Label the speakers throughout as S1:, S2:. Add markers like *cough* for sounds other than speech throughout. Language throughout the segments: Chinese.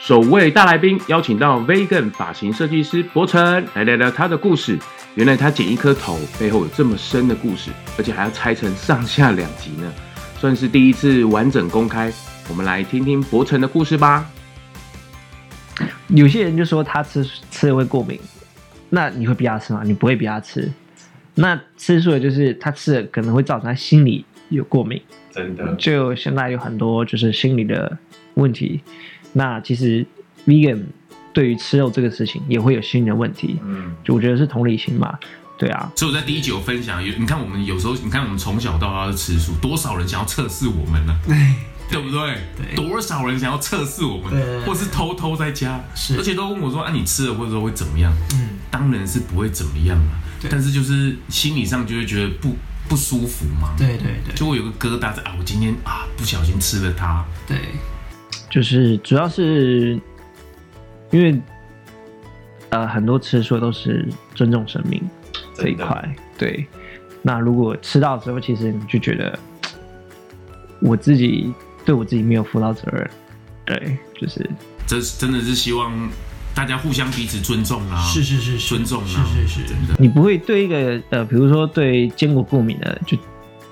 S1: 首位大来宾邀请到 Vegan 发型设计师博成来聊聊他的故事。原来他剪一颗头背后有这么深的故事，而且还要拆成上下两集呢，算是第一次完整公开。我们来听听博成的故事吧。
S2: 有些人就说他吃吃了会过敏，那你会逼他吃吗？你不会逼他吃。那吃素的就是他吃了可能会造成他心里有过敏，
S3: 真的，
S2: 就现在有很多就是心理的问题。那其实 vegan 对于吃肉这个事情也会有心理的问题，
S3: 嗯，
S2: 就我觉得是同理心嘛，对啊，
S4: 所以我在第一集有分享，有你看我们有时候，你看我们从小到大都吃素，多少人想要测试我们呢、
S3: 哎
S4: 对不对？
S3: 对
S4: 多少人想要测试我们，
S3: 对
S4: 或是偷偷在家，
S3: 是
S4: 而且都问我说：“啊，你吃了或者说会怎么样
S3: 嗯，？”
S4: 当然是不会怎么样啊，
S3: 对
S4: 但是就是心理上就会觉得不不舒服嘛，
S3: 对对对，
S4: 就会有个疙瘩在啊，我今天啊不小心吃了它，
S3: 对，
S2: 就是主要是因为呃很多吃素都是尊重生命这一
S3: 真的
S2: 块，对。那如果吃到之后，其实你就觉得我自己对我自己没有负到责任，对，就是
S4: 这真的是希望大家互相彼此尊重啊，
S3: 是是是是
S4: 尊重
S3: 是
S4: 啊，
S3: 是是
S4: 真的。
S2: 你不会对一个呃，比如说对坚果过敏的，就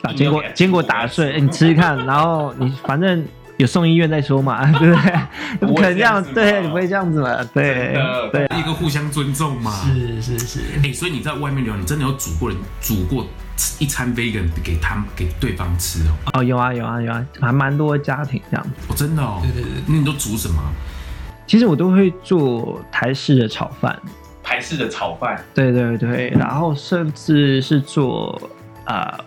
S2: 把坚果
S3: 硬要给它
S2: 坚果打碎、哎你吃吃看，然后你反正有送医院再说嘛， *laughs* 对不对？你不可能这样，
S3: 不会这样子嘛啊
S2: 对，你不会这样子嘛，对啊
S3: 的
S2: 对。
S4: 一个互相尊重嘛，
S3: 是是是，
S4: 哎、所以你在外面聊，你真的有煮过人煮过一餐 vegan 给他们给对方吃哦？
S2: 哦，有啊有啊有啊，还蛮多家庭这样。
S4: 哦，真的哦。
S3: 对对对，
S4: 那你都煮什么？
S2: 其实我都会做台式的炒饭，
S3: 台式的炒饭，
S2: 对对对，然后甚至是做啊、呃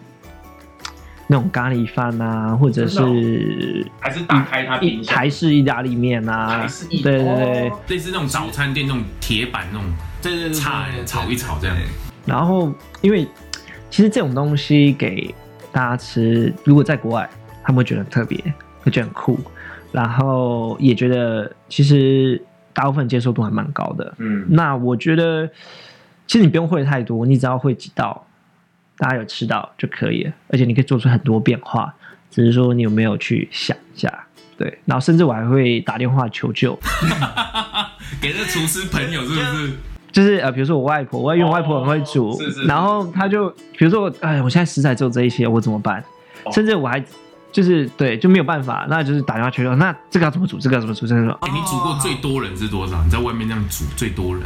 S2: 那种咖喱饭啊，或者
S3: 真的哦
S2: 是
S3: 还是打开它
S2: 意
S3: 冰箱，
S2: 台式意大利面啊
S3: 台，式意
S2: 对对对。
S3: 哦
S4: 类似那种早餐店那种铁板那种
S3: 对对对对，
S4: 菜
S3: 对
S4: 炒一炒这样。
S2: 然后因为其实这种东西给大家吃，如果在国外，他们会觉得很特别，会觉得很酷，然后也觉得其实大部分接受度还蛮高的。
S3: 嗯，
S2: 那我觉得，其实你不用会太多，你只要会几道，大家有吃到就可以了。而且你可以做出很多变化，只是说你有没有去想一下。对，然后甚至我还会打电话求救，
S4: 给这厨师朋友是不是？
S2: 就是呃，比如说我外婆，我因为我外婆很会煮，
S3: 哦是是是
S2: 然后她就比如说我，哎，我现在食材只有这一些，我怎么办？
S3: 哦
S2: 甚至我还就是对，就没有办法，那就是打电话求救，那这个要怎么煮？这个要怎么煮？这个
S4: 哎、你煮过最多人是多少？你在外面这样煮最多人？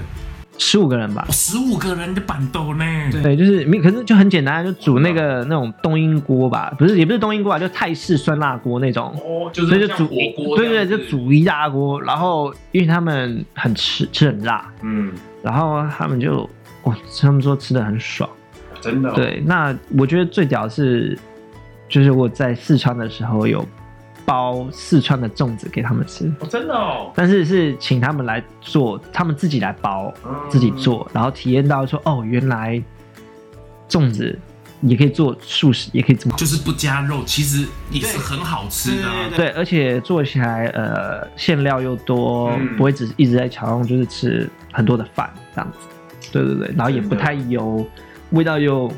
S2: 十五个人吧
S4: 哦，，十五个人的板豆呢？
S3: 对
S2: 对，就是没，可是就很简单，啊就煮那个那种冬阴锅吧，不是也不是冬阴锅啊，就泰式酸辣锅那种，
S3: 哦，就
S2: 所以就
S3: 是像
S2: 煮
S3: 火锅，
S2: 对对，就，煮一大锅，然后因为他们很吃吃很辣，
S3: 嗯，
S2: 然后他们就哇，他们说吃的很爽。
S3: 真的，，哦
S2: 对，那我觉得最屌是，就是我在四川的时候有包四川的粽子给他们吃，
S3: 哦，真的哦，
S2: 但是是请他们来做，他们自己来包，
S3: 嗯
S2: 自己做，然后体验到说哦，原来粽子也可以做素食，也可以这么
S4: 就是不加肉，其实也是很好吃的、啊。
S3: 对
S2: 对，而且做起来呃馅料又多，
S3: 嗯
S2: 不会只一直在调用，就是吃很多的饭这样子。对对对，然后也
S3: 真
S2: 不
S3: 的
S2: 太油，味道又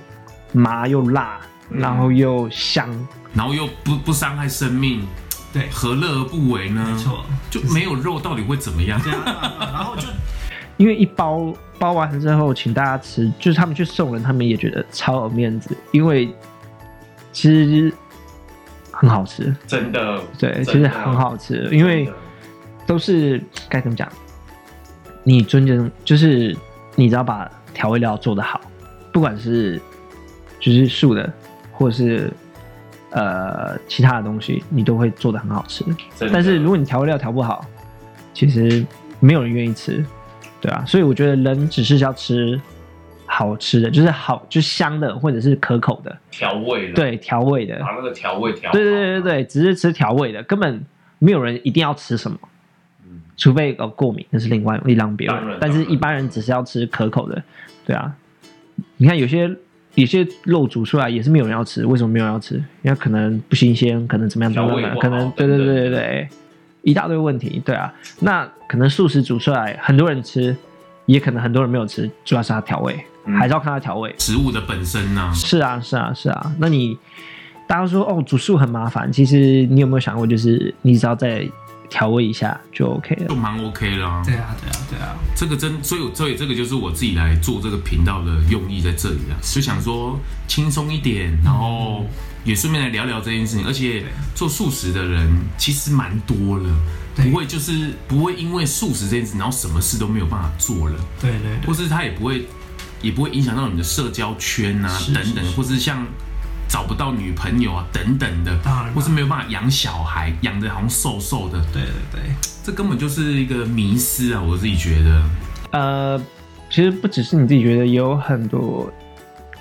S2: 麻又辣，
S3: 嗯
S2: 然后又香。
S4: 然后又不不伤害生命，
S3: 对
S4: 何乐而不为呢？
S3: 没，错，
S4: 就没有肉到底会怎么样？
S3: 对啊，然后就
S2: 因为一包包完之后，请大家吃，就是他们去送人，他们也觉得超有面子，因为其实很好吃，
S3: 真的，
S2: 对，
S3: 真的
S2: 其实很好吃，因为
S3: 真的
S2: 都是该怎么讲，你尊重，就是你只要把调味料做得好，不管是就是素的，或是呃其他的东西，你都会做得很好吃。
S3: 真的
S2: 但是如果你调味料调不好，其实没有人愿意吃，对啊。所以我觉得人只是要吃好吃的，就是好就是香的，或者是可口的，
S3: 调味了，，
S2: 对调味的，
S3: 把那个调味调，
S2: 对对对对，对，只是吃调味的，根本没有人一定要吃什么。
S3: 嗯，
S2: 除非呃过敏，那是另外一浪别
S3: 当
S2: 论
S3: 然。
S2: 但是一般人只是要吃可口的，对啊。你看有些有些肉煮出来也是没有人要吃，为什么没有人要吃？因为可能不新鲜，可能怎么样怎么
S3: 调味
S2: 样，
S3: 不好
S2: 可能对
S3: 等
S2: 对
S3: 等
S2: 对对对，一大堆问题，对啊。那可能素食煮出来很多人吃，也可能很多人没有吃，主要是它调味，
S3: 嗯
S2: 还是要看它调味。
S4: 食物的本身呢、
S2: 是啊，是啊，是啊。那你大家说哦，煮素很麻烦，其实你有没有想过，就是你只要在调味一下就 OK 了
S4: 就。蛮 OK 啦、
S5: 对啊，对啊，对啊，
S4: 这个真，所以我所以这个就是我自己来做这个频道的用意在这里啊，就想说轻松一点，然
S5: 嗯
S4: 后也顺便来聊聊这件事情。而且做素食的人其实蛮多了，
S5: 对啊
S4: 不会就是不会因为素食这件事，然后什么事都没有办法做了，
S5: 对对对
S4: 或是他也不会也不会影响到你的社交圈啊
S5: 是
S4: 等等
S5: 是，是
S4: 或是像。找不到女朋友啊，等等的
S5: 当然啦，
S4: 或是没有办法养小孩，养的好像瘦瘦的，
S5: 对对对，
S4: 这根本就是一个迷失啊！我自己觉得，
S2: 呃，其实不只是你自己觉得，也有很多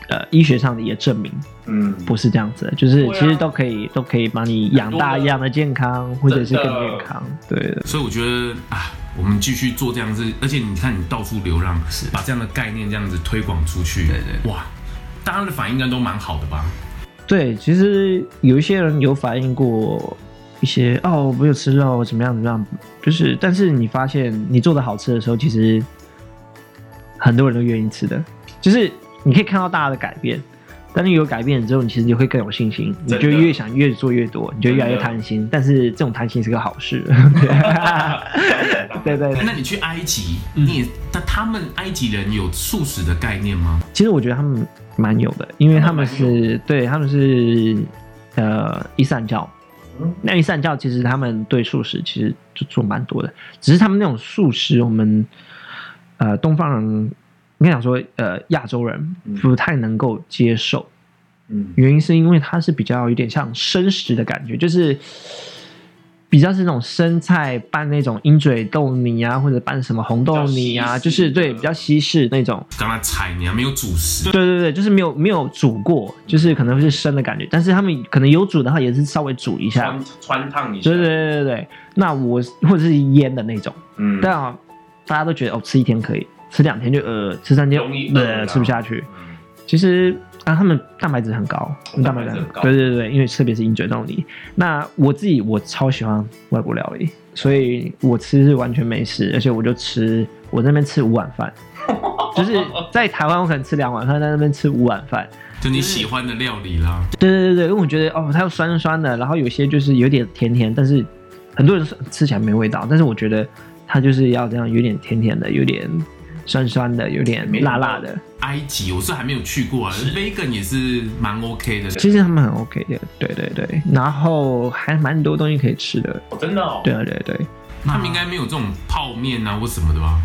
S2: 呃医学上的也证明
S3: 嗯，
S2: 不是这样子的，就是
S3: 对啊
S2: 其实都可以、都可以把你养大
S3: 很多的
S2: 一样的健康，或者是更
S3: 真的
S2: 健康。对的，
S4: 所以我觉得啊，我们继续做这样子，而且你看你到处流浪，把这样的概念这样子推广出去，
S5: 对对
S4: 哇，大家的反应应该都蛮好的吧？
S2: 对，其实有一些人有反映过一些哦，我没有吃肉，怎么样怎么样，就是但是你发现你做的好吃的时候，其实很多人都愿意吃的，就是你可以看到大家的改变。当你有改变之后，你其实就会更有信心，你
S3: 真
S2: 就
S3: 的
S2: 越想越做越多，你就越来越
S3: 真的
S2: 贪心。但是这种贪心是个好事，对对对。
S4: 那你去埃及，
S5: 嗯
S4: 你也那他们埃及人有素食的概念吗？
S2: 其实我觉得他们蛮有的，因为他们是对他们是呃伊斯兰教
S3: 嗯，
S2: 那伊斯兰教其实他们对素食其实就做蛮多的，只是他们那种素食，我们呃东方人应该讲说呃亚洲人
S3: 嗯
S2: 不太能够接受，
S3: 嗯
S2: 原因是因为它是比较有点像生食的感觉，就是比较是那种生菜拌那种鹰嘴豆泥啊，或者拌什么红豆泥啊，
S3: 比较西
S2: 就
S3: 式的
S2: 是对比较西式那种。
S4: 刚才菜你还没有主食，
S2: 对对对，就是没有没有煮过，就是可能是生的感觉，但是他们可能有煮的话，也是稍微煮一下。
S3: 穿穿烫一下，
S2: 对对对对对，那我或者是腌的那种，
S3: 嗯，
S2: 但、啊、大家都觉得哦，吃一天可以，吃两天就呃，吃三天
S3: 容易饿啦
S2: 呃吃不下去。
S3: 嗯
S2: 其实啊，他们蛋白质很高，
S3: 哦蛋
S2: 蛋
S3: 白
S2: 白质
S3: 质很
S2: 很
S3: 高
S2: 高。对对对，因为特别是鹰嘴豆泥。那我自己我超喜欢外国料理，所以我吃是完全没事，而且我就吃我在那边吃五碗饭，就是在台湾我可能吃两碗饭，在那边吃五碗饭。
S4: 就你喜欢的料理啦。
S2: 对对对对，因为我觉得哦，它又酸酸的，然后有些就是有点甜甜，但是很多人说吃起来没味道，但是我觉得它就是要这样，有点甜甜的，有点酸酸的，有点辣辣的。
S4: 埃及我是还没有去过啊，vegan 也是蛮 OK 的。
S2: 其实他们很 OK 的，对对对，然后还蛮多东西可以吃的，
S3: 哦真的哦，
S2: 对啊对对，
S4: 他们应该没有这种泡面啊或什么的吧？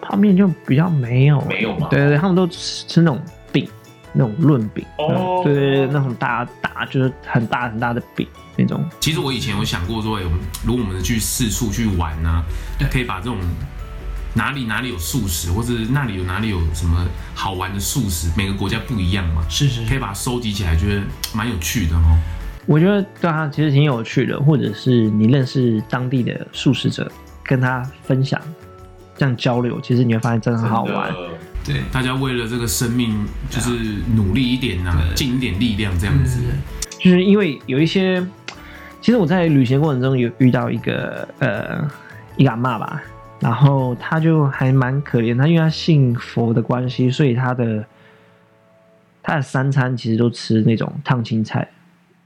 S2: 泡面就比较没有，
S3: 没有嘛
S2: 对对对，他们都吃吃那种饼，那种润饼，
S3: 哦
S2: 那种对对对，那种大大就是很大很大的饼那种，
S4: 其实我以前有想过说，哎、我们如果我们去四处去玩呢、啊
S5: 对
S4: 可以把这种哪里哪里有素食，或者那里有哪里有什么好玩的素食，每个国家不一样嘛，
S5: 是是
S4: 可以
S5: 是，
S4: 把它收集起来，觉得蛮有趣的哦。
S2: 我觉得对他其实挺有趣的，或者是你认识当地的素食者，跟他分享，这样交流，其实你会发现真的很好玩
S3: 真。的
S5: 对，
S4: 大家为了这个生命，就是努力一点呐、
S5: 对
S4: 尽一点力量这样
S5: 嗯
S4: 子。
S2: 就是因为有一些，其实我在旅行过程中有遇到一个呃一个阿嬷吧，然后她就还蛮可怜，她因为她信佛的关系，所以她的她的三餐其实都吃那种烫青菜，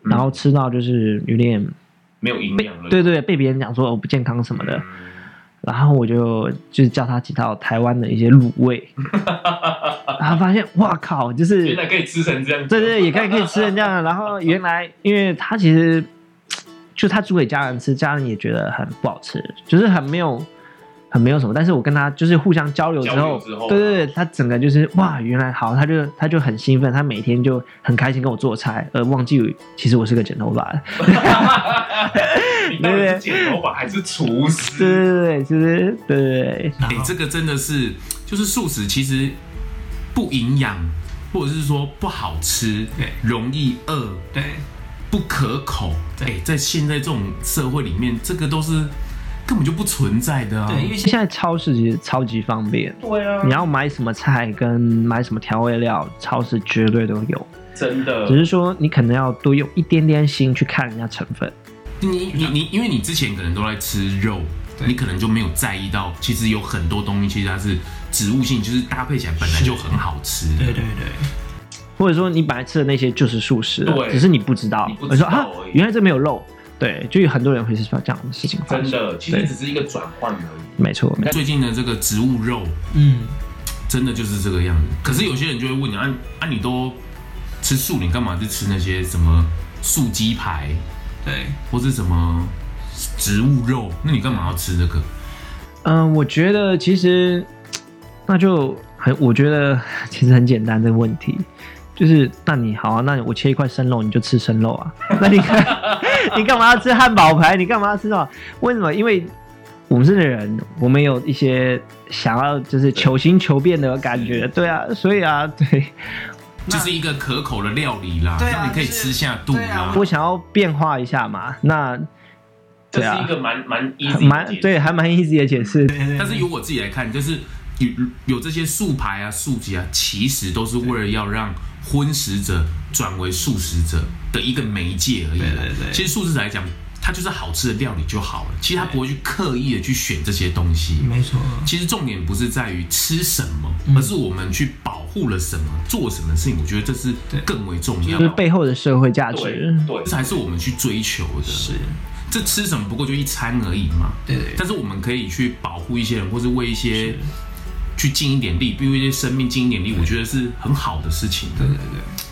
S3: 嗯
S2: 然后吃到就是有点
S3: 没有营养了，
S2: 对对被别人讲说哦不健康什么的，然后我就就是教他几道台湾的一些卤味，然后发现哇靠，就是
S3: 原来可以吃成这样，啊
S2: 对对，也可以可以吃成这样。然后原来，因为他其实就他煮给家人吃，家人也觉得很不好吃，就是很没有很没有什么。但是我跟他就是互相交流之
S3: 交流
S2: 后，
S3: 之后
S2: 对对对，他整个就是哇，原来好，他就他就很兴奋，他每天就很开心跟我做菜，而忘记其实我是个剪头发的。
S3: 你到底是剪头发还是厨
S2: 对
S3: 师？
S2: 对对，其实对对对，
S5: 然
S4: 哎、
S5: 后
S4: 这个真的是，就是素食其实不营养，或者是说不好吃
S5: 对，
S4: 容易饿，
S5: 对
S4: 不可口。哎、
S5: 对
S4: 在现在这种社会里面，这个都是根本就不存在的啊。
S5: 对，因为现
S2: 现在超市其实超级方便，
S3: 对啊
S2: 你，要买什么菜跟买什么调味料，超市绝对都有。
S3: 真的
S2: 只是说你可能要多用一点点心去看人家成分。
S4: 你你你，因为你之前可能都在吃肉，
S5: 对
S4: 你可能就没有在意到，其实有很多东西其实它是植物性，就是搭配起来本来就很好吃。
S5: 对对对，
S2: 或者说你本来吃的那些就是素食了
S3: 对
S2: 只是你不知道。
S3: 你不
S2: 我
S3: 知
S2: 说
S3: 道
S2: 啊
S3: 而已，
S2: 原来这没有肉。对，就有很多人会是这样的事情发
S1: 真
S2: 生。
S1: 的，其实只是一个转换而已。
S2: 没错，没错，
S4: 最近的这个植物肉
S5: 嗯，
S4: 真的就是这个样子。可是有些人就会问你啊啊，你都吃素，你干嘛去吃那些什么素鸡排
S5: 对，
S4: 或是什么植物肉？那你干嘛要吃这个？
S2: 嗯、我觉得其实那就很，我觉得其实很简单这个问题，就是那你好啊，那我切一块生肉，你就吃生肉啊，那你看 *laughs* 你干嘛要吃汉堡排？你干嘛要吃到？为什么？因为我们是人，我们有一些想要就是求新求变的感觉，对啊，所以啊，对
S4: 就是一个可口的料理啦，
S5: 对啊
S4: 让你可以吃下肚
S5: 就是对啊
S4: 啦。
S2: 我想要变化一下嘛，那
S1: 这
S2: 对
S1: 是
S2: 啊
S1: 一，个蛮蛮 easy 的
S2: 蛮
S1: 解决
S2: 对，还蛮 easy 的解释，
S4: 但是由我自己来看，就是有有这些素牌啊、素鸡啊，其实都是为了要让荤食者转为素食者的一个媒介而已啦。
S5: 对对对
S4: 其实素食者来讲，它就是好吃的料理就好了，其实他不会去刻意的去选这些东西。
S5: 没错，
S4: 其实重点不是在于吃什么，
S5: 嗯
S4: 而是我们去保护了什么，做什么事情。我觉得这是
S5: 对
S4: 更为重要
S2: 就是，背后的社会价值。
S1: 对
S4: 这才是我们去追求的。
S5: 是，
S4: 这吃什么不过就一餐而已嘛。
S5: 对对
S4: 但是我们可以去保护一些人，或是为一些去尽一点力，为一些生命尽一点力，我觉得是很好的事情。
S5: 对对对，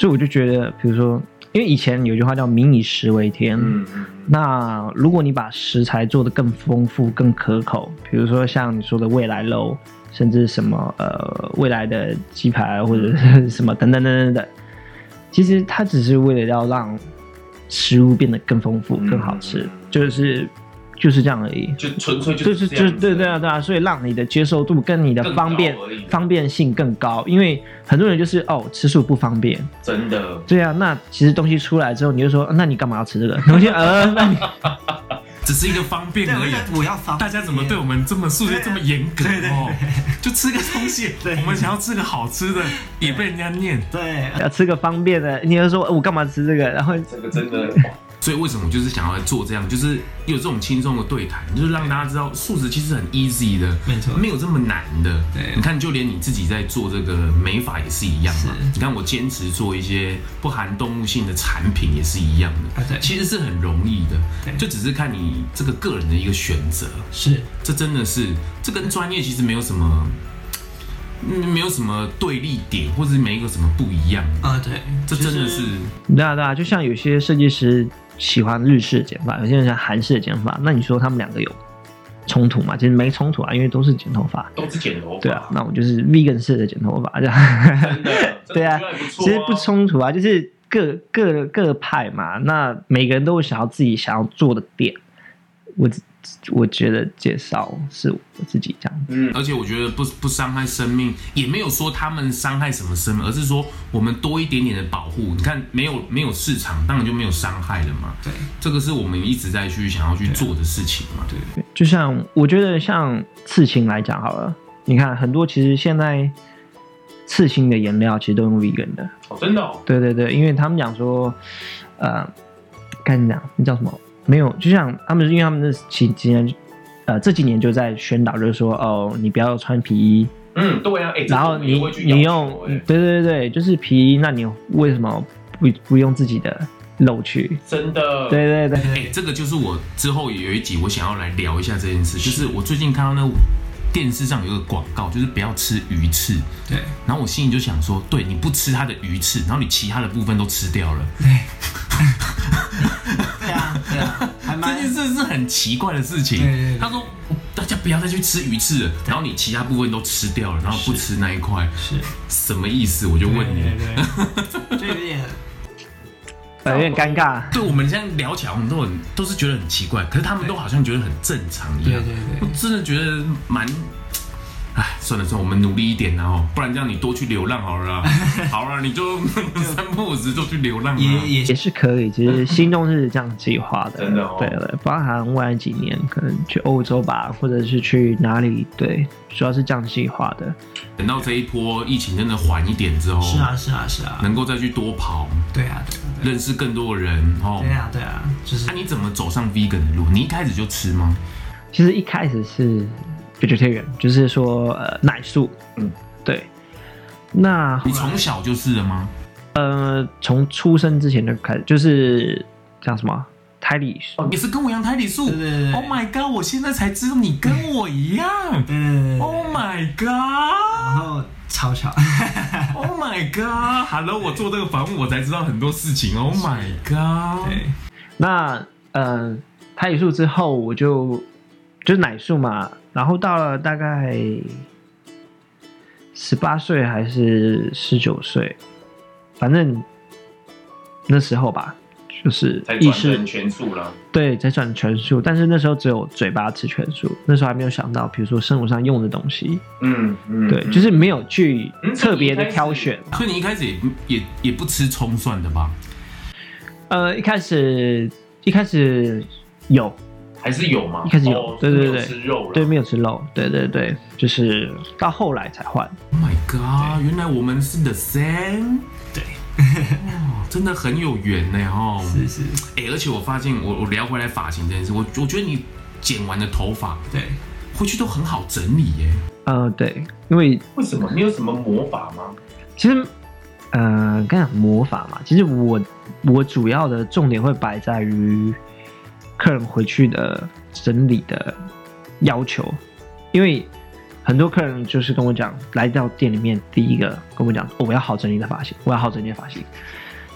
S2: 所以我就觉得，比如说，因为以前有句话叫“民以食为天”，
S1: 嗯嗯，
S2: 那如果你把食材做得更丰富、更可口，比如说像你说的未来肉，甚至什么呃未来的鸡排啊或者是 *laughs* 什么等等等等等，其实它只是为了要让食物变得更丰富、更好吃，就是就是这样而已。
S1: 就纯粹就
S2: 就是是
S1: 这
S2: 就
S1: 样
S2: 是
S1: 子
S2: 对对啊对啊，所以让你的接受度跟你的
S1: 更
S2: 方便
S1: 高而已
S2: 方便性更高，因为很多人就是哦吃素不方便，
S1: 真的。
S2: 对啊，那其实东西出来之后你就说，啊那你干嘛要吃这个？ *laughs* 东西呃，那你
S4: 只是一个方便
S5: 对，
S4: 而
S5: 我
S4: 已。
S5: 要我要发，
S4: 大家怎么对我们这么素质这么严格
S5: 对对
S4: 哦？就吃个东西，
S5: *laughs* 对
S4: 我们想要吃个好吃的，也被人家念。
S5: 对，
S2: 要吃个方便的，你就说呃我干嘛吃这个？然后
S1: 这个真的，
S4: 所以为什么我就是想要做这样，就是有这种轻松的对谈，就是让大家知道素食其实很 easy 的，
S5: 没错
S4: 没有这么难的。
S5: 对
S4: 你看，就连你自己在做这个美发也是一样嘛
S5: 是。
S4: 你看我坚持做一些不含动物性的产品也是一样的，
S5: 啊对
S4: 其实是很容易的
S5: 对，
S4: 就只是看你这个个人的一个选择。
S5: 是，
S4: 这真的是，这跟专业其实没有什么，嗯没有什么对立点，或者是没有什么不一样。
S5: 啊对，
S4: 这真的是
S2: 对啊对啊，就像有些设计师喜欢日式的剪法，有些人喜欢韩式的剪法，那你说他们两个有冲突吗？其实没冲突啊，因为都是剪头发。
S1: 都是剪头发，
S2: 对啊，那我就是 vegan 式的剪头发这样。
S1: 真的，
S2: 对啊
S1: 这个不错
S2: 其实不冲突啊，就是各各各派嘛，那每个人都有想要自己想要做的点。我只我觉得介绍是我自己这样，
S4: 而且我觉得不不伤害生命，也没有说他们伤害什么生命，而是说我们多一点点的保护。你看，没有没有市场，当然就没有伤害了嘛。
S5: 对
S4: 这个是我们一直在去想要去做的事情嘛。
S5: 对
S2: 就像我觉得像刺青来讲好了，你看很多其实现在刺青的颜料其实都用 vegan 的，
S1: 哦，真的哦，
S2: 对对对，因为他们讲说，呃，该怎么讲？那叫什么？没有，就像他们是因为他们这几几年，呃，这几年就在宣导，就是说哦，你不要穿皮衣，
S1: 嗯，对啊，哎，
S2: 然后你你用，嗯
S1: 用
S2: 对对对，就是皮衣，那你为什么不不用自己的肉去？
S1: 真的，
S2: 对对对，
S4: 哎、这个就是我之后有一集我想要来聊一下这件事，就是我最近看到那个电视上有一个广告，就是不要吃鱼翅。
S5: 对
S4: 然后我心里就想说，对，你不吃它的鱼翅，然后你其他的部分都吃掉了，
S5: 对啊对啊，还
S4: 这
S5: 蛮
S4: 件事是很奇怪的事情。
S5: 对对对
S4: 他说哦大家不要再去吃鱼翅了，然后你其他部分都吃掉了，然后不吃那一块，
S5: 是，
S4: 什么意思？我就问你。
S5: 对对对，就有点
S2: 呃有点尴尬。
S4: 对我们现在聊起来，我们都很都是觉得很奇怪，可是他们都好像觉得很正常一
S5: 对
S4: 样。
S5: 对
S4: 我
S5: 对，
S4: 真的觉得蛮。哎，算了算了，我们努力一点然后不然这样你多去流浪好
S5: *laughs*
S4: 了啦。好了，你就 *laughs* 三不五时就去流浪啊。
S5: 也也
S2: 也是可以，其实心中是这样计划的，
S1: 真的哦
S2: 对了，包含未来几年可能去欧洲吧，或者是去哪里，对，主要是这样计划的。
S4: 等到这一波疫情真的缓一点之后，
S5: 是啊是啊是啊，
S4: 能够再去多跑，
S5: 对啊对啊对啊
S4: 认识更多的人哦。
S5: 对啊对啊，就是
S4: 那、你怎么走上 vegan 的路？你一开始就吃吗？
S2: 其实一开始是 vegetarian，就是说呃奶素，
S1: 嗯，
S2: 对。那
S4: 你从小就是了吗？
S2: 呃从出生之前就开始，就是叫什么？胎里素
S4: 也是跟我一样胎里素。
S5: 对对对对
S4: Oh my god！我现在才知道你跟我一样。
S5: 对对对对对
S4: Oh my
S5: 然
S4: god！Oh
S5: 后吵吵，
S4: my god！Hello，我做这个房务，我才知道很多事情。Oh my god！
S5: 对，
S2: 那呃，胎里素之后，我就就是奶素嘛，然后到了大概十八岁还是十九岁，反正那时候吧，就是
S3: 才
S2: 意
S3: 转
S2: 识
S3: 成全素了。
S2: 对才转全素，但是那时候只有嘴巴吃全素，那时候还没有想到，比如说生活上用的东西，
S3: 嗯嗯，
S2: 对，就是没有去
S3: 嗯
S2: 特别的
S3: 所以一开始
S2: 挑选。
S4: 所以你一开始也也也不吃葱蒜的吧？
S2: 呃，一开始一开始有，
S3: 还是有嘛，
S2: 一开始有
S3: 哦
S2: 对对
S3: 没有
S2: 对
S3: 吃肉了，
S2: 对，没有吃肉，对对对，就是到后来才换。
S4: Oh my god！原来我们是 the same，
S5: 对，
S4: 哇真的很有缘呢哦。
S5: 是是，
S4: 哎、而且我发现我我聊回来发型这件事，我我觉得你剪完的头发
S5: 对，
S4: 回去都很好整理耶。
S2: 呃，对，因为
S3: 为什么？你有什么魔法吗？
S2: 其实，呃，刚讲魔法嘛，其实我我主要的重点会摆在于客人回去的整理的要求，因为很多客人就是跟我讲，来到店里面第一个跟我讲，哦我要好整理的发型，我要好整理的发型。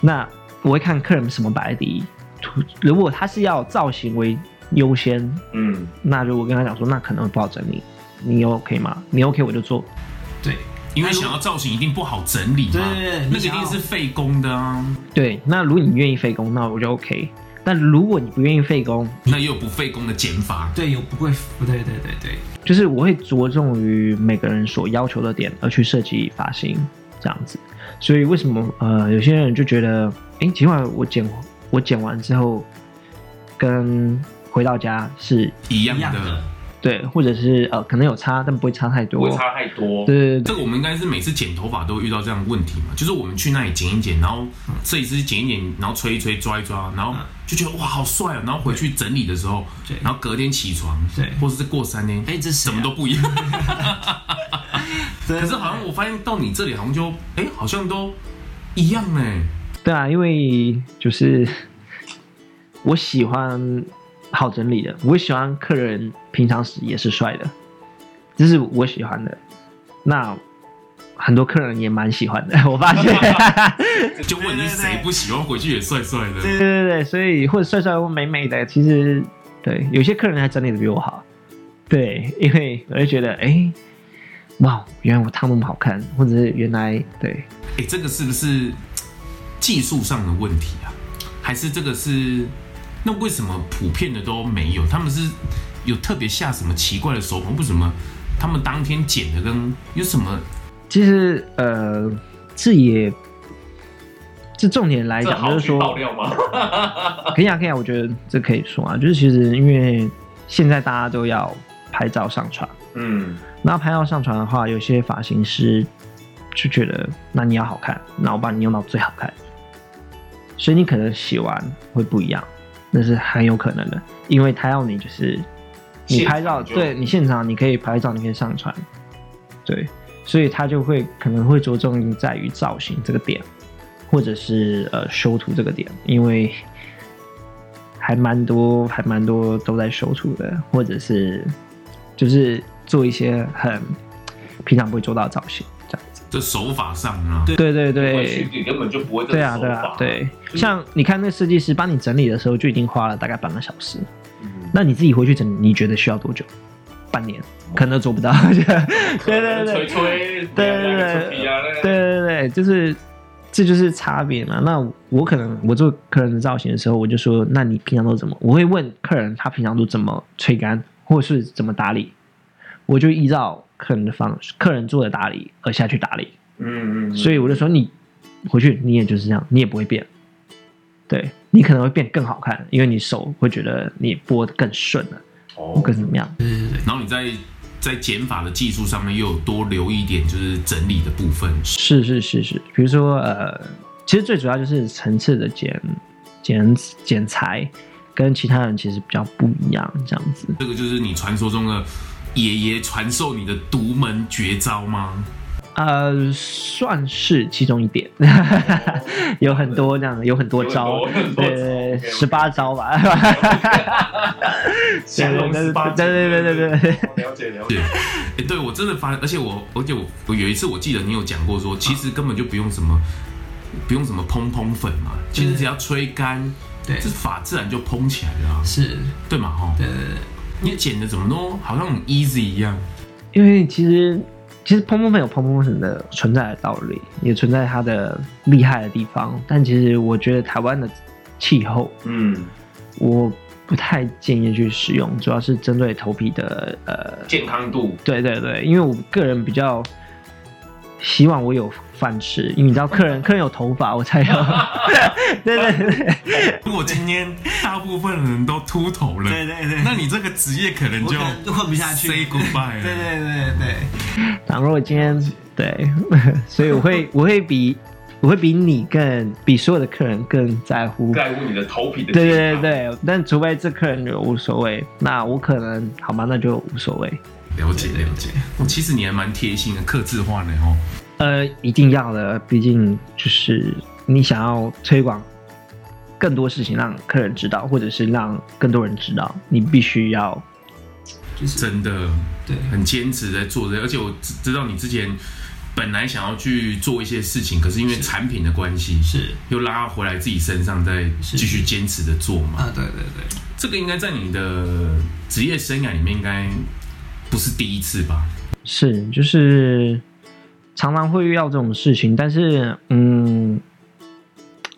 S2: 那我会看客人什么摆在第一，图如果他是要造型为优先，
S3: 嗯，
S2: 那如果跟他讲说，那可能不好整理，你 OK 吗？你 OK 我就做。
S5: 对，
S4: 因为想要造型一定不好整理嘛，
S5: 对对对
S4: 那个
S5: 你
S4: 一
S5: 想要
S4: 定是费工的啊。
S2: 对，那如果你愿意费工，那我就 OK。但如果你不愿意费工，
S4: 那也有不费工的剪法，
S5: 对有不贵，不对对对对，
S2: 就是我会着重于每个人所要求的点而去设计发型这样子。所以为什么呃有些人就觉得，哎、尽管我剪我剪完之后跟回到家是
S4: 一样
S5: 一样
S4: 的
S5: 的。
S2: 对，或者是呃可能有差，但不会差太
S3: 不
S2: 多
S3: 会。差太多。
S2: 对对对
S4: 这个我们应该是每次剪头发都会遇到这样的问题嘛，就是我们去那里剪一剪，然后设计师剪一剪，然后吹一吹，抓一抓，然后
S5: 嗯
S4: 就觉得哇好帅哦，然后回去整理的时候
S5: 对，
S4: 然后隔天起床，
S5: 对
S4: 或者是过三天，
S5: 哎这谁啊
S4: 怎么都不一
S5: *laughs*
S4: 样。
S5: 可
S4: 可是好像我发现到你这里好像就哎好像都一样呢。
S2: 对啊，因为就是 *laughs* 我喜欢好整理的，我喜欢客人平常时也是帅的，这是我喜欢的。那很多客人也蛮喜欢的，我 *laughs* 发现。
S4: 就问你谁不喜欢回去也帅帅的，
S2: 对对对对，所以或者帅帅或美美的，其实对有些客人还整理的比我好。对，因为我就觉得，哎，哇，原来我烫那么好看，或者是原来对，
S4: 哎，这个是不是嘖技术上的问题啊？还是这个是那为什么普遍的都没有？他们是有特别下什么奇怪的手法？为什么他们当天剪的跟有什么？
S2: 其实呃，这也这重点来
S3: 这
S2: 讲，
S3: 好
S2: 就是
S3: 去爆
S2: 说，
S3: 料吗？
S2: 可以啊，可以啊，我觉得这可以说啊，就是其实因为现在大家都要拍照上传，
S3: 嗯，
S2: 那拍照上传的话，有些发型师就觉得，那你要好看，那我把你用到最好看，所以你可能洗完会不一样，那是很有可能的，因为他要你就是你拍照，
S3: 现场就
S2: 对你现场你可以拍照，你可以上传，对，所以他就会可能会着重在于造型这个点，或者是呃修图这个点，因为还蛮多还蛮多都在修图的，或者是就是做一些很平常不会做到的造型，这样子。
S4: 这手法上啊，
S5: 对
S2: 对对
S3: 我去
S2: 对。
S3: 你根本就不会这
S2: 对
S3: 个
S2: 啊，
S3: 手
S2: 对
S3: 法
S2: 啊，。对，像你看那设计师帮你整理的时候，就已经花了大概半个小时。
S3: 嗯，
S2: 那你自己回去整理，你觉得需要多久？半年，可能都做不到。 *laughs* 对对对对
S3: 吹吹，
S2: 对
S3: 两个
S2: 对
S3: 吹皮啊，
S2: 对
S3: 那个
S2: 对对，就是这就是差别嘛。那我可能我做客人的造型的时候，我就说，那你平常都怎么？我会问客人他平常都怎么吹干，或是怎么打理，我就依照客人的方，客人做的打理而下去打理。
S3: 嗯嗯，
S2: 所以我就说你回去你也就是这样，你也不会变，对你可能会变更好看，因为你手会觉得你拨得更顺了，
S3: 哦
S2: 或
S3: *laughs*
S2: 更怎么样。
S5: 对对对，
S4: 然后你在在剪法的技术上面又有多留意一点，就是整理的部分。
S2: 是是是是，比如说呃，其实最主要就是层次的剪剪剪裁，跟其他人其实比较不一样，这样子。
S4: 这个就是你传说中的爷爷传授你的独门绝招吗？
S2: 呃，算是其中一点， *laughs* 有很多这样，有很多招，
S3: 有很多有很多招
S2: 对，
S3: ，OK，OK
S2: 十八招吧， *laughs*
S3: 降龙十八
S2: 对对对对对对
S3: 对，了解了解。
S4: 哎、对我真的发，而且我，而且我，我有一次我记得你有讲过说，其实根本就不用什么，不用什么蓬蓬粉嘛，其实只要吹干，
S5: 对
S4: 这发自然就蓬起来了、啊，
S5: 嗯是，
S4: 对嘛？哈，
S5: 对对对，
S4: 你剪的怎么都好像很 easy 一样，
S2: 因为其实其实蓬蓬粉有蓬蓬粉的存在的道理，也存在它的厉害的地方，但其实我觉得台湾的气候，
S1: 嗯，
S2: 我不太建议去使用，主要是针对头皮的呃
S1: 健康度
S2: 对对对，因为我个人比较希望我有饭吃，因为你知道客人客人有头发，我才有。对对对，
S4: 如果今天大部分人都秃头了，
S5: 对对对
S4: 那你这个职业可能
S5: 我
S4: 就
S5: 可能混不下去
S4: say goodbye
S5: 对
S4: 了。
S5: 对对对，
S2: 然后如果今天对，所以我会我会比我会比你更比所有的客人更在乎。
S1: 在乎你的头皮的
S2: 对
S1: 健
S2: 对对
S1: 康
S2: 对，但除非这客人有无所谓，那我可能好吧，那就无所谓。
S4: 了解了解。哦，其实你还蛮贴心的，克制化呢哦。
S2: 呃，一定要的，毕竟就是你想要推广更多事情让客人知道，或者是让更多人知道，你必须要
S5: 就是
S4: 真的
S5: 对
S4: 很坚持在做这个，而且我知知道你之前本来想要去做一些事情，可是因为产品的关系，
S5: 是
S4: 又拉回来自己身上，再
S5: 是
S4: 继续坚持的做嘛。
S5: 啊，对对对，
S4: 这个应该在你的职业生涯里面应该不是第一次吧？
S2: 是，就是常常会遇到这种事情，但是嗯，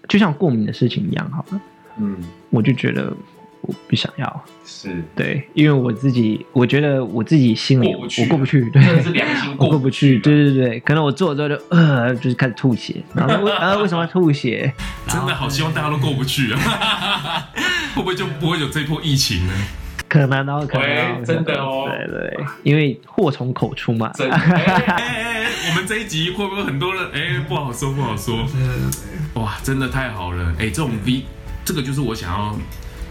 S2: 就像过敏的事情一样，好了，
S1: 嗯，
S2: 我就觉得我不想要，
S1: 是
S2: 对，因为我自己，我觉得我自己心里
S1: 过不去
S2: 我过不去，
S1: 真的
S2: 对
S1: 是。良心
S2: 我
S1: 过
S2: 过不去，对对对，可能我做了之后就呃，就是开始吐血，然后为啊为什么要吐血？
S4: 真的好希望大家都过不去啊！会不会就不会有这波疫情呢？
S2: 可能然后可能
S1: 喂真的哦
S2: 对对，因为祸从口出嘛， *laughs*
S1: 真的。哎
S2: 啊
S4: 哎哎哎，我们这一集会不会很多人？哎，不好说，不好说。
S5: 对对对，
S4: 哇，真的太好了！哎、这种 V，这个就是我想要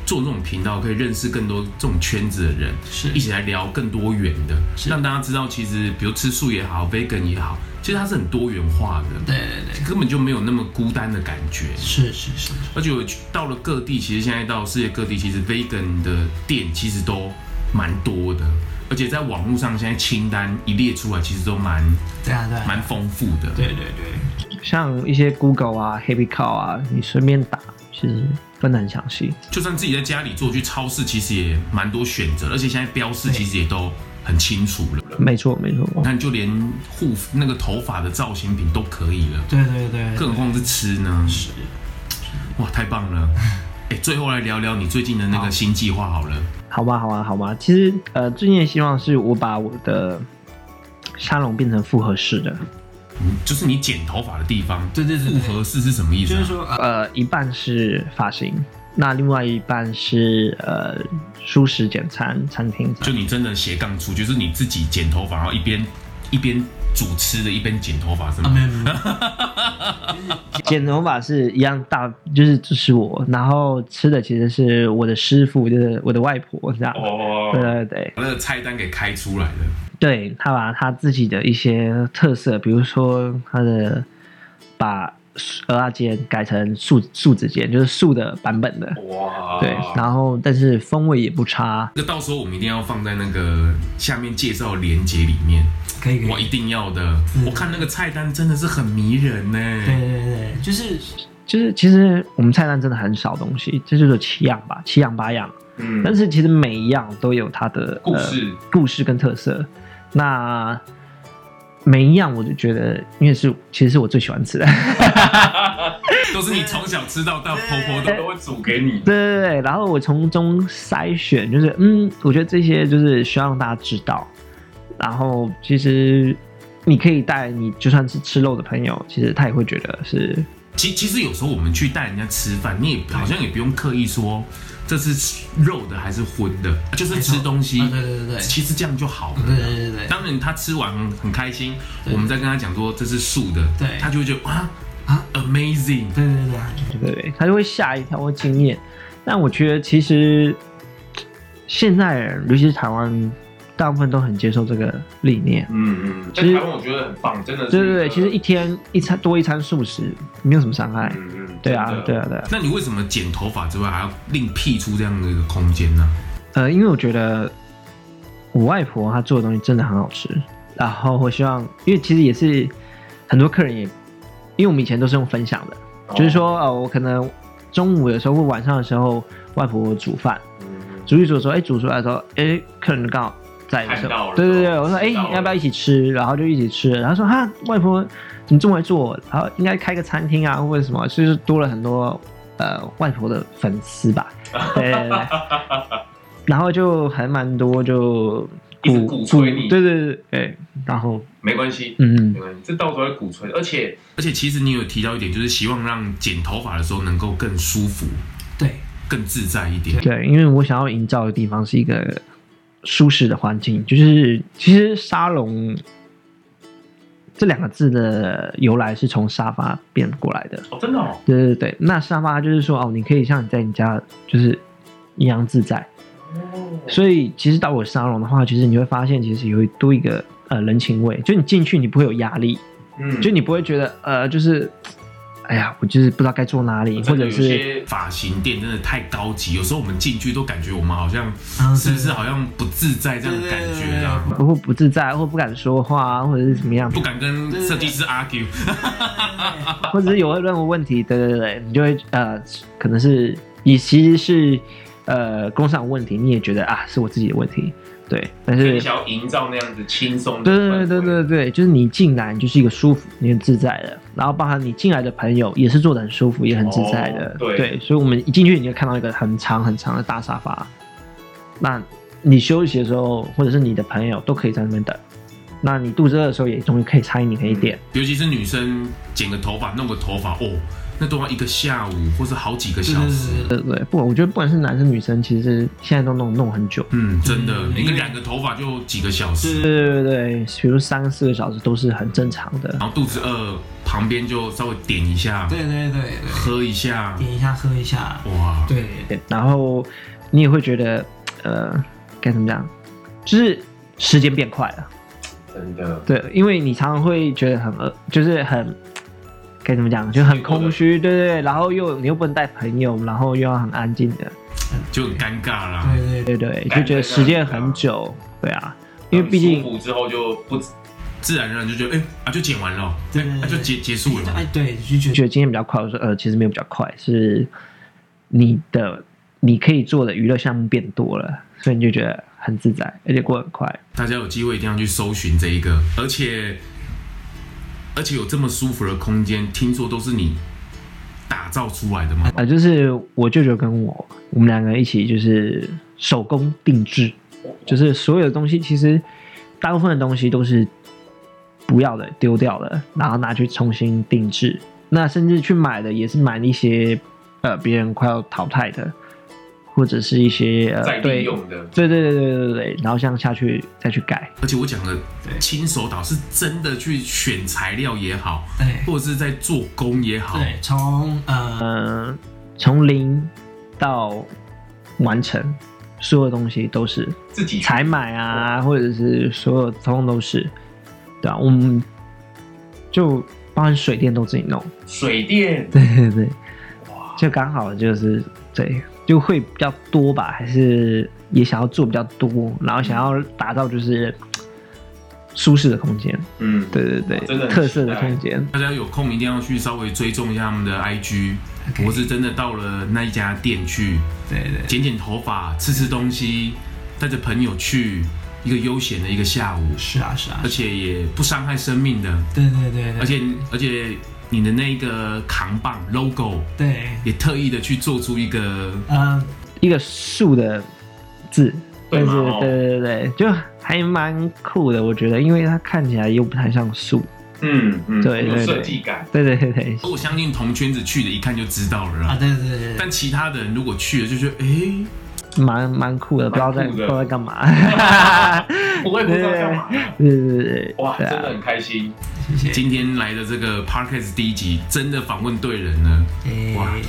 S4: 做这种频道，可以认识更多这种圈子的人，
S5: 是
S4: 一起来聊更多元的，
S5: 是
S4: 让大家知道，其实比如吃素也好，vegan 也好，其实它是很多元化的，
S5: 对对对，
S4: 根本就没有那么孤单的感觉。
S5: 是是是，
S4: 而且我去到了各地，其实现在到世界各地，其实 vegan 的店其实都蛮多的，而且在网络上现在清单一列出来，其实都蛮
S5: 对啊对啊，
S4: 蛮丰富的。
S5: 对对对，
S2: 像一些 Google 啊、Happy Cow 啊，你随便打，其实分得很详细。
S4: 就算自己在家里做，去超市其实也蛮多选择，而且现在标示
S5: 对
S4: 其实也都很清楚了。
S2: 没错，没错。
S4: 你看，就连护肤那个头发的造型品都可以了，
S5: 对对对，
S4: 更何况是吃呢？
S5: 是
S4: 哇，太棒
S5: *laughs*
S4: 了！哎、最后来聊聊你最近的那个新计划好了。
S2: 好吧，好啊，好吧。其实呃，最近的希望是我把我的沙龙变成复合式的，
S4: 嗯就是你剪头发的地方，
S5: 对对对对
S4: 复合式是什么意思、
S5: 就
S4: 啊？
S5: 是说啊，
S2: 呃，一半是发型，那另外一半是呃舒适简餐餐厅。
S4: 就你真的斜杠出，就是你自己剪头发，然后一边一边煮吃的，一边剪头发，是吗？
S5: 啊没有没有没有，
S2: 剪头发是一样大，就是支持我，然后吃的其实是我的师傅，就是我的外婆这样。
S1: 哦，
S2: 对对对，
S4: 把那个菜单给开出来了。
S2: 对他把他自己的一些特色，比如说他的把鹅啊煎改成素素子煎，就是素的版本的，
S1: 哇，
S2: 对，然后但是风味也不差，
S4: 那到时候我们一定要放在那个下面介绍连接里面，
S5: 可以可以
S4: 我，一定要的。我看那个菜单真的是很迷人呢。
S5: 嗯对对对，对就是
S2: 就是其实我们菜单真的很少东西，这就是七样吧，七样八样，
S1: 嗯，
S2: 但是其实每一样都有它的
S1: 故事
S2: 呃、故事跟特色。那每一样我就觉得，因为是其实是我最喜欢吃的，
S4: 都是你从小吃到大，婆婆
S1: 都
S4: 都
S1: 会煮给你。
S2: 对对对，然后我从中筛选，就是嗯，我觉得这些就是需要让大家知道。然后其实你可以带你就算是吃肉的朋友，其实他也会觉得是
S4: 其其实有时候我们去带人家吃饭，你也好像也不用刻意说这是肉的还是荤的，就是吃东西。
S5: 没错啊对对对对
S4: 其实这样就好了。
S5: 对对对对
S4: 当然他吃完很开心，
S5: 对
S4: 我们再跟他讲说这是素的，
S5: 对
S4: 他就会觉得啊
S5: 啊
S4: ，amazing。
S5: 对对对对。
S2: 对对对，他就会吓一跳或惊艳。但我觉得其实现在人，尤其是台湾大部分都很接受这个理念。
S1: 嗯嗯
S3: 在台湾我觉得很棒，真的是
S2: 对
S3: 一个。
S2: 对对，其实一天一餐多一餐素食没有什么伤害。
S1: 嗯嗯，
S2: 对啊
S3: 真的，
S2: 对啊，对啊。
S4: 那你为什么剪头发之外还要另辟出这样的一个空间呢？
S2: 呃，因为我觉得我外婆她做的东西真的很好吃，然后我希望，因为其实也是很多客人也，因为我们以前都是用分享的，
S3: 哦
S2: 就是说呃，我可能中午的时候或晚上的时候，外婆煮饭，
S3: 嗯
S2: 煮一煮说，哎，煮出来的时候，哎，客人刚好。在的时
S3: 看到
S2: 候，
S3: 了
S2: 对对对，
S3: 都
S2: 我说哎，
S3: 知道了
S2: 要不要一起吃？然后就一起吃。然后说哈，外婆怎么这么会做？然后应该开个餐厅啊，或者什么，就是多了很多呃外婆的粉丝
S3: *laughs*
S2: 吧。对对对对，然后就还蛮多就
S3: 一直鼓吹你
S2: 对对对对，然后
S3: 没关系，
S2: 嗯
S3: 没，关系，这到时候会鼓吹，而且
S4: 而且其实你有提到一点，就是希望让剪头发的时候能够更舒服、
S5: 对，
S4: 更自在一点。
S2: 对，因为我想要营造的地方是一个舒适的环境，就是其实沙龙这两个字的由来是从沙发变过来的，
S3: 哦，真的哦，
S2: 对对对，那沙发就是说哦，你可以像你在你家就是一样自在，所以其实到我沙龙的话，其实你会发现其实有多一个呃人情味，就你进去你不会有压力，
S3: 嗯，
S2: 就你不会觉得呃，就是，哎呀，我就是不知道该坐哪里，或
S4: 真的
S2: 者
S4: 有
S2: 是
S4: 些发型店真的太高级，有时候我们进去都感觉我们好像
S5: 嗯
S4: 是不是好像不自在这样的感觉啊这样，
S2: 或不自在，或不敢说话，啊或者是怎么样
S4: 不，敢跟设计师 argue。
S2: *laughs* 或者是有任何问题，对对对，你就会呃，可能是你其实是呃工厂问题，你也觉得啊是我自己的问题，对，但
S3: 所以
S2: 是
S3: 你想要营造那样子轻松的
S2: 对
S3: 氛
S2: 对
S3: 围，
S2: 对对对，就是你进来你就是一个舒服、你很自在的，然后包含你进来的朋友也是坐的很舒服、也很自在的，
S3: 哦对
S2: 所以我们一进去你就看到一个很长很长的大沙发，那你休息的时候或者是你的朋友都可以在那边等，那你肚子饿的时候也终于可以餐饮你可以
S3: 嗯
S2: 点，
S4: 尤其是女生剪个头发、弄个头发，哦，那都要一个下午或是好几个小时。
S5: 对对对
S2: 对
S5: 对
S2: 对对，不管我觉得不管是男生女生，其实现在都弄弄很久，
S4: 嗯，真的，
S5: 嗯
S4: 你染个头发就几个小时，
S2: 对对对对，比如三四个小时都是很正常的，
S4: 然后肚子饿，旁边就稍微点一下，
S5: 对对对对，
S4: 喝一下，
S5: 点一下喝一下，
S4: 哇，
S5: 对，
S2: 对然后你也会觉得，呃，该怎么讲，就是时间变快了。
S3: 真的，
S2: 对，因为你常常会觉得很饿，就是很该怎么讲，就很空虚，对对对，然后又你又不能带朋友，然后又要很安静的，
S4: 就很尴尬啦。
S5: 对对对
S2: 对对，
S3: 感觉
S2: 就觉得时间很久，对啊，因为毕
S3: 舒
S2: 竟
S3: 服之后就不
S4: 自然而然就觉得，哎、啊，就剪完了，
S5: 对
S4: 哎
S5: 对对
S4: 啊，就结结束
S5: 哎
S4: 了。
S5: 对，就觉
S2: 觉
S5: 得
S2: 得今天比较快，我说呃，其实没有比较快，是你的你可以做的娱乐项目变多了，所以你就觉得很自在，而且过得很快。
S4: 大家有机会一定要去搜寻这一个，而且而且有这么舒服的空间，听说都是你打造出来的吗？
S2: 呃，就是我舅舅跟我，我们两个一起就是手工定制，就是所有的东西，其实大部分的东西都是不要的、丢掉的，然后拿去重新定制。那甚至去买的也是买一些呃别人快要淘汰的，或者是一些
S3: 再
S2: 呃
S3: 利
S2: 对
S3: 用的，
S2: 对对对对对对，然后像下去再去改。
S4: 而且我讲的
S5: 对
S4: 亲手打是真的去选材料也好，
S5: 对
S4: 或者是在做工也好，
S5: 哎对，从呃
S2: 嗯，从零到完成，所有东西都是
S3: 自己
S2: 采买啊，或者是所有通通都是，对啊，我们就包含水电都自己弄，
S3: 水电，
S2: 对对对，就刚好就是对，就会比较多吧，还是也想要做比较多，然后想要打造就是舒适的空间，
S3: 嗯，
S2: 对对对，
S3: 真的很
S2: 特色的
S3: 期待
S2: 空间，
S4: 大家有空一定要去稍微追踪一下他们的 IG，
S5: OK
S4: 我是真的到了那一家店去
S5: 对对
S4: 剪剪头发、吃吃东西，带着朋友去一个悠闲的一个下午，
S5: 是啊是啊
S4: 而，且也不伤害生命的，
S5: 对对对对，
S4: 而且而且你的那个扛棒 logo
S5: 对
S4: 也特意的去做出一个
S5: 呃
S2: 一个树的字，
S3: 对
S2: 但是
S3: 嘛哦
S2: 对对对，就还蛮酷的，我觉得，因为它看起来又不太像树，
S3: 嗯嗯，
S2: 对
S3: 有
S2: 对
S3: 设
S2: 对
S3: 计感，
S2: 对对对对，
S4: 哦我相信同圈子去的，一看就知道了
S5: 啊
S4: 啦。
S5: 对对对对，
S4: 但其他的人如果去了，就觉得哎、诶
S2: 蛮蛮酷的，不知道在
S3: 蛮
S2: 不
S3: 酷
S2: 知
S3: 的
S2: 道在干嘛。
S3: *laughs* 不会不知道干嘛，
S2: 对对对，
S3: 哇，
S2: 对
S3: 真
S2: 啊
S3: 的很开心，
S5: 谢谢，
S4: 今天来的这个 podcast 第一集真的访问对人了，哇
S5: 哎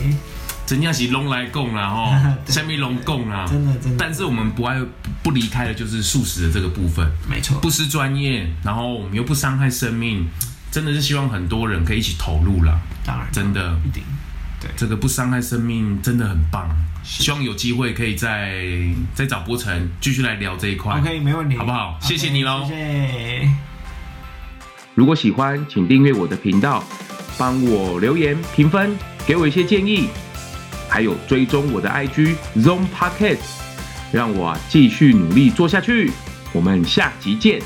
S4: 真正是拢来供
S5: *laughs*
S4: 啦吼，
S5: 对
S4: 下面拢供啦，
S5: 真的真的
S4: 但是我们不爱不离开的就是素食的这个部分，
S5: 没错，
S4: 不失专业，然后我们又不伤害生命，真的是希望很多人可以一起投入啦，
S5: 当然
S4: 真的。
S5: 一定
S4: 这个不伤害生命真的很棒，希望有机会可以再再找波成继续来聊这一块。
S5: OK，没问题，
S4: 好不好
S5: OK，
S4: 谢谢你喽
S5: 谢谢。
S3: 如果喜欢，请订阅我的频道，帮我留言评分，给我一些建议，还有追踪我的 IG Zone Podcast，让我啊继续努力做下去。我们下集见。